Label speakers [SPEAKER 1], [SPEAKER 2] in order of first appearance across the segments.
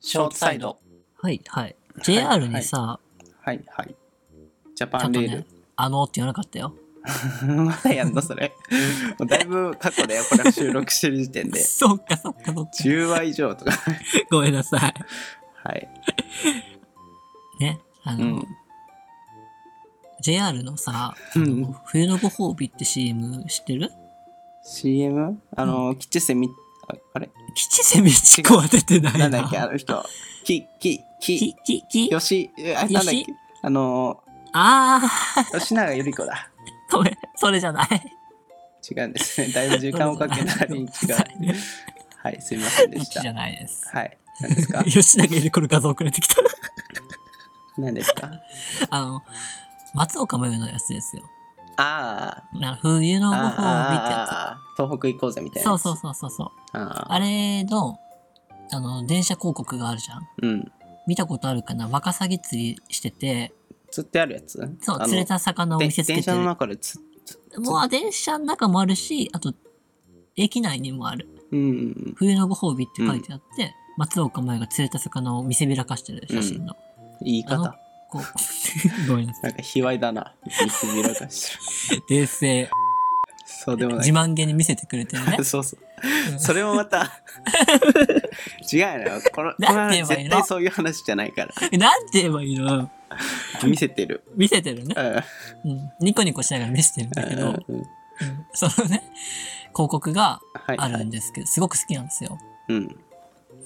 [SPEAKER 1] ショートサイド。
[SPEAKER 2] はい、はい。JR にさ、
[SPEAKER 1] はいはい。ジャ
[SPEAKER 2] ち
[SPEAKER 1] パ
[SPEAKER 2] ゃ
[SPEAKER 1] ン
[SPEAKER 2] んと
[SPEAKER 1] レール
[SPEAKER 2] ね。、あのーって言わなかったよ。
[SPEAKER 1] まだやんのそ れ。もうだいぶ過去だよ、これ収録してる時点で。
[SPEAKER 2] そうか、そうか、そうか。
[SPEAKER 1] 10話以上とか。
[SPEAKER 2] ごめんなさい。
[SPEAKER 1] はい。
[SPEAKER 2] ね。あ
[SPEAKER 1] う
[SPEAKER 2] の、
[SPEAKER 1] ん。
[SPEAKER 2] JR のさ、
[SPEAKER 1] うん
[SPEAKER 2] あの冬のご褒美って CM 知ってる
[SPEAKER 1] CM? あの、キッチセミ、ああれ
[SPEAKER 2] 吉瀬美智子は出てない
[SPEAKER 1] な
[SPEAKER 2] な。
[SPEAKER 1] んだっけ、あの人。き、き、
[SPEAKER 2] き
[SPEAKER 1] き、、
[SPEAKER 2] き、き
[SPEAKER 1] よ、し、えあ、なんだっ
[SPEAKER 2] よ
[SPEAKER 1] け
[SPEAKER 2] し。
[SPEAKER 1] あの、
[SPEAKER 2] あー、
[SPEAKER 1] 吉永由里子だ。
[SPEAKER 2] それ、それじゃない。
[SPEAKER 1] 違うんです ね。だいぶ時間をかけたり違う。
[SPEAKER 2] ごめんなさいね
[SPEAKER 1] はい、すいませんで
[SPEAKER 2] う
[SPEAKER 1] し
[SPEAKER 2] ち
[SPEAKER 1] た
[SPEAKER 2] じ。ゃないです。
[SPEAKER 1] はい。何ですか
[SPEAKER 2] 吉永でこの画像送れてきた。
[SPEAKER 1] 何ですか
[SPEAKER 2] あの、松岡茉優のやつですよ。
[SPEAKER 1] あー
[SPEAKER 2] な冬の
[SPEAKER 1] あー。
[SPEAKER 2] ご褒美ってや
[SPEAKER 1] あー東北行こうぜみた
[SPEAKER 2] つ。
[SPEAKER 1] いな
[SPEAKER 2] そ
[SPEAKER 1] や
[SPEAKER 2] う
[SPEAKER 1] つ。
[SPEAKER 2] そうそうそうそう。
[SPEAKER 1] あ
[SPEAKER 2] あれの、あの、電車広告があるじゃん。
[SPEAKER 1] ーうん。
[SPEAKER 2] 見たことあるかなワカサギ釣りしてて、
[SPEAKER 1] 釣ってあるやつ
[SPEAKER 2] そう、
[SPEAKER 1] あの
[SPEAKER 2] 釣れた魚を
[SPEAKER 1] で
[SPEAKER 2] 見せつけ
[SPEAKER 1] 電
[SPEAKER 2] て
[SPEAKER 1] 車の
[SPEAKER 2] る。
[SPEAKER 1] 中でつ、
[SPEAKER 2] もう電車の中もあるし、あと、駅内にもある。
[SPEAKER 1] うんうんうん。
[SPEAKER 2] 冬のご褒美って書いてあって、松岡前が釣れた魚を見せびらかしてる写真の。
[SPEAKER 1] 言い
[SPEAKER 2] あの
[SPEAKER 1] 方。
[SPEAKER 2] こう、ごめんなさい。
[SPEAKER 1] なんか卑猥だな。見せびらかしてる。
[SPEAKER 2] 冷静。
[SPEAKER 1] そうでもな
[SPEAKER 2] 自
[SPEAKER 1] い。。
[SPEAKER 2] 慢げに見せてくれてるね
[SPEAKER 1] そうそう
[SPEAKER 2] う。ん
[SPEAKER 1] それもま た、違うのよ。この、この
[SPEAKER 2] なんて
[SPEAKER 1] 話
[SPEAKER 2] 言えばいいの
[SPEAKER 1] 絶対そういう話じゃないから。
[SPEAKER 2] なんて言えばいいの
[SPEAKER 1] 見せてる。
[SPEAKER 2] 見せてるね
[SPEAKER 1] う。ん。
[SPEAKER 2] うん。ニコニコしながら見せてるんだけど、うん
[SPEAKER 1] うん
[SPEAKER 2] そのね、広告が
[SPEAKER 1] はい
[SPEAKER 2] あ
[SPEAKER 1] は
[SPEAKER 2] るん
[SPEAKER 1] い。
[SPEAKER 2] ですけど、すごく好きなんですよ。
[SPEAKER 1] うん。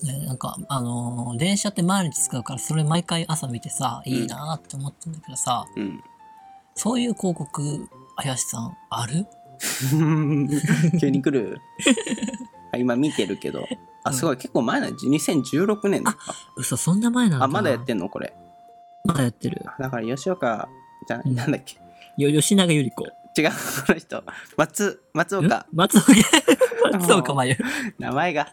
[SPEAKER 2] ねなんか、あのー電車って毎日使うから、それ毎回朝見てさ、いいなーって思ってんだけどさ、
[SPEAKER 1] うん。
[SPEAKER 2] そういう広告、林さん、ある
[SPEAKER 1] 急に来るあ今見てるけどあすごい結構前なん2016年だ
[SPEAKER 2] 嘘、そんな前なんだ。
[SPEAKER 1] あまだやってんのこれ
[SPEAKER 2] まだやってる。
[SPEAKER 1] だから吉岡じゃない、
[SPEAKER 2] うん
[SPEAKER 1] なんだっけ
[SPEAKER 2] よ、吉永由里子。
[SPEAKER 1] 違うこの人松松岡
[SPEAKER 2] ん松岡、 松岡真由。
[SPEAKER 1] 名前 が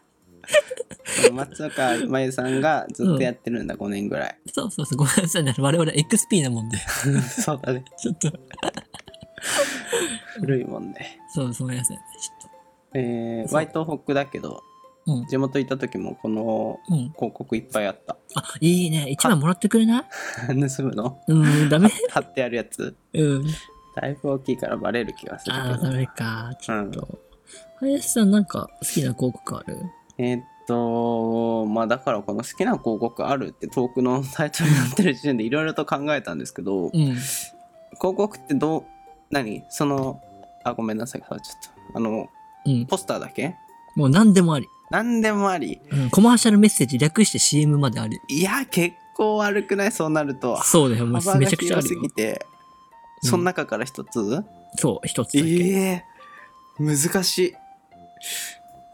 [SPEAKER 1] 松岡真由さんがずっとやってるんだ、5年ぐらい
[SPEAKER 2] そうそうそう、ごめんなさいね。我々 XP なもんで。
[SPEAKER 1] そうだね
[SPEAKER 2] ちょっと、
[SPEAKER 1] 古いもんね
[SPEAKER 2] そう、そうやすね。ちょっ
[SPEAKER 1] えー、
[SPEAKER 2] そう
[SPEAKER 1] ワイトホックだけど
[SPEAKER 2] と。うん。
[SPEAKER 1] 地元行った時もこの
[SPEAKER 2] うん。
[SPEAKER 1] 広告いっぱいあった
[SPEAKER 2] あ、いいね。一枚もらってくれない
[SPEAKER 1] 盗む の
[SPEAKER 2] うん、ダメ。
[SPEAKER 1] 貼ってあるやつ
[SPEAKER 2] うん。
[SPEAKER 1] だいぶ大きいからバレる気がするけど
[SPEAKER 2] あー、ダメか。ちょっと。林さん、なんか好きな広告ある
[SPEAKER 1] えーっとまあだからこの「好きな広告ある」ってトークのタイトルになってる時点でいろいろと考えたんですけど広
[SPEAKER 2] うん。
[SPEAKER 1] 告ってどう何そのあごめんなさい触っちゃったあの
[SPEAKER 2] うん。
[SPEAKER 1] ポスターだけ
[SPEAKER 2] もう何でもあり。
[SPEAKER 1] 何でもあり
[SPEAKER 2] うん、コマーシャルメッセージ略して CM まである。
[SPEAKER 1] いや結構悪くないそうなると
[SPEAKER 2] そうだよ、も
[SPEAKER 1] 幅
[SPEAKER 2] う
[SPEAKER 1] が
[SPEAKER 2] めちゃくちゃあ
[SPEAKER 1] 広
[SPEAKER 2] る
[SPEAKER 1] す
[SPEAKER 2] よ
[SPEAKER 1] ぎ。て
[SPEAKER 2] うん
[SPEAKER 1] その中から一つ、
[SPEAKER 2] そう、一つだけ。
[SPEAKER 1] ええ難しい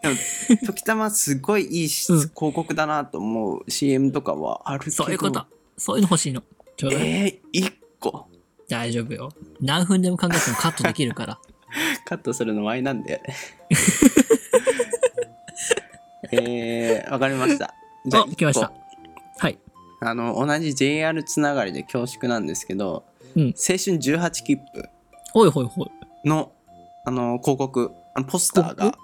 [SPEAKER 1] で も時たますごいいいし、
[SPEAKER 2] うん
[SPEAKER 1] 広告だなと思う CM とかはあるけど
[SPEAKER 2] そういうこと。そういうの欲しいの。ちょうだい
[SPEAKER 1] ええ一個
[SPEAKER 2] 大丈夫よ。何分でも考えてもカットできるから。
[SPEAKER 1] カットするの前なん だよね。えー、わかりました。 じゃあ
[SPEAKER 2] お、来ました
[SPEAKER 1] 一。
[SPEAKER 2] はい。
[SPEAKER 1] 個あの、同じ JR つながりで恐縮なんですけど、
[SPEAKER 2] うん
[SPEAKER 1] 青春18切符
[SPEAKER 2] ほいほいほい。
[SPEAKER 1] の、あの、広告、あのポスター
[SPEAKER 2] 広
[SPEAKER 1] が、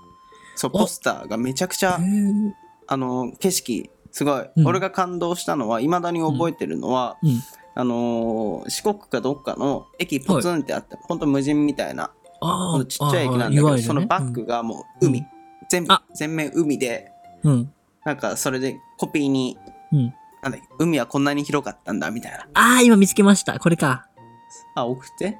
[SPEAKER 1] そう、
[SPEAKER 2] お
[SPEAKER 1] ポスターがめちゃくちゃ
[SPEAKER 2] へ、ー
[SPEAKER 1] あの、景色、すごい、
[SPEAKER 2] うん
[SPEAKER 1] 俺が感動したのは、未だに覚えてるのは、
[SPEAKER 2] うん
[SPEAKER 1] あのー四国かどっかの駅ポツンってあって、ほんと無人みたいな
[SPEAKER 2] あ
[SPEAKER 1] ほん
[SPEAKER 2] あ、
[SPEAKER 1] とちっちゃい駅なんだけ
[SPEAKER 2] ああいわ
[SPEAKER 1] ど、
[SPEAKER 2] ゆるね
[SPEAKER 1] そのバッグがもう海、
[SPEAKER 2] うん
[SPEAKER 1] 全
[SPEAKER 2] あ
[SPEAKER 1] 全面海で
[SPEAKER 2] うん。うん。
[SPEAKER 1] なんかそれでコピーに
[SPEAKER 2] うん
[SPEAKER 1] なんだっけ海はこんなに広かったんだみたいな
[SPEAKER 2] ああ、今見つけました。これか。
[SPEAKER 1] あ多くて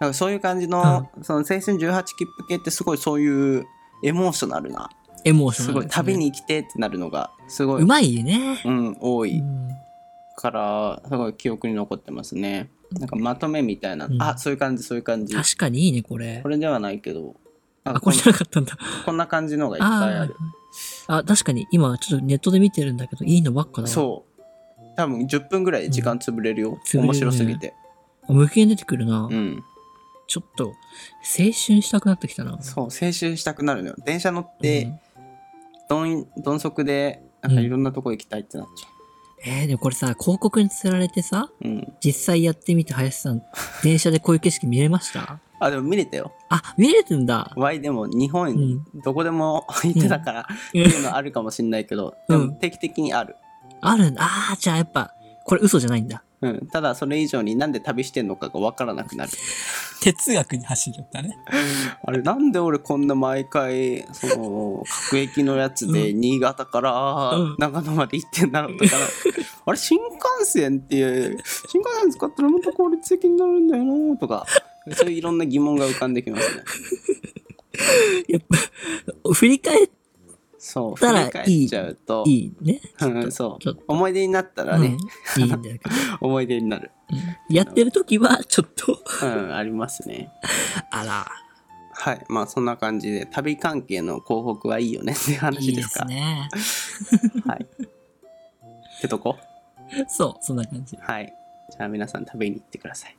[SPEAKER 1] なんかそういう感じの,、その青春18切符系ってすごいそういうエモーショナルな
[SPEAKER 2] エモーショ
[SPEAKER 1] す
[SPEAKER 2] ナ
[SPEAKER 1] ご
[SPEAKER 2] ル
[SPEAKER 1] い
[SPEAKER 2] ですね
[SPEAKER 1] 旅。に来てってなるのがすごい、
[SPEAKER 2] うまいよね。
[SPEAKER 1] うん、多
[SPEAKER 2] う
[SPEAKER 1] い
[SPEAKER 2] ん。
[SPEAKER 1] からすごい記憶に残ってますねなんかまとめみたいな、
[SPEAKER 2] うん
[SPEAKER 1] あそういう感じそういう感じ
[SPEAKER 2] 確かにいいね、これ
[SPEAKER 1] こ。れではないけどなんか
[SPEAKER 2] あ、こ
[SPEAKER 1] こん
[SPEAKER 2] れじゃなかったんだ。
[SPEAKER 1] こんな感じのがいっぱいあ
[SPEAKER 2] あ
[SPEAKER 1] る
[SPEAKER 2] あ。あ、確かに今ちょっとネットで見てるんだけど、いいのばっかだわ。
[SPEAKER 1] そう。多分10分ぐらいで時間潰れるよ。
[SPEAKER 2] 潰れるね
[SPEAKER 1] 面白すぎて。
[SPEAKER 2] う。無限出てくるな。
[SPEAKER 1] うん。
[SPEAKER 2] ちょっと、青春したくなってきたな。
[SPEAKER 1] そう、青春したくなるのよ。電車乗っ
[SPEAKER 2] うん
[SPEAKER 1] て、、どん、どん足で、なんかいろんなとこ行きたいってなっちゃ
[SPEAKER 2] えー、でもこれさ、広告に釣られてさ、
[SPEAKER 1] う。うん。
[SPEAKER 2] 実際やってみて林さん、電車でこういう景色見れました
[SPEAKER 1] あ、でも見れたよ。
[SPEAKER 2] あ、見れてんだ。
[SPEAKER 1] ワイでも日
[SPEAKER 2] う
[SPEAKER 1] 本、
[SPEAKER 2] ん。
[SPEAKER 1] どこでも行ってたから、っていうのあるかもしんないけど、
[SPEAKER 2] う
[SPEAKER 1] で
[SPEAKER 2] ん
[SPEAKER 1] も定期的にある。
[SPEAKER 2] あるんだ。ああ、じゃあやっぱ、これ嘘じゃないんだ。
[SPEAKER 1] うん、ただそれ以上になんで旅してんのかが分からなくなる
[SPEAKER 2] 哲学に走るんだね。
[SPEAKER 1] あれなんで俺こんな毎回その各駅のやつで新潟から
[SPEAKER 2] うん
[SPEAKER 1] 長野まで行ってんだろうと か、あれ新幹線っていう新幹線使ったらもっと効率的になるんだよなとかそういういろんな疑問が浮かんできますね
[SPEAKER 2] やっぱ、振り返っ
[SPEAKER 1] そう
[SPEAKER 2] た
[SPEAKER 1] 振
[SPEAKER 2] ら
[SPEAKER 1] り返っちゃうと
[SPEAKER 2] ていいね。
[SPEAKER 1] うんそ
[SPEAKER 2] ちょっ
[SPEAKER 1] う思い出になったらね、
[SPEAKER 2] うん、いいんだけど。
[SPEAKER 1] 思い出になる
[SPEAKER 2] うんやってる時は、ちょっと、
[SPEAKER 1] うんありますね
[SPEAKER 2] あら、
[SPEAKER 1] はいまあそんな感じで旅関係の広北はいいよねっていう
[SPEAKER 2] い
[SPEAKER 1] 話
[SPEAKER 2] い
[SPEAKER 1] で
[SPEAKER 2] です
[SPEAKER 1] か
[SPEAKER 2] すね。
[SPEAKER 1] はい。ってとこ
[SPEAKER 2] そう、そんな感じ。
[SPEAKER 1] はい。じゃあ皆さん食べに行ってください。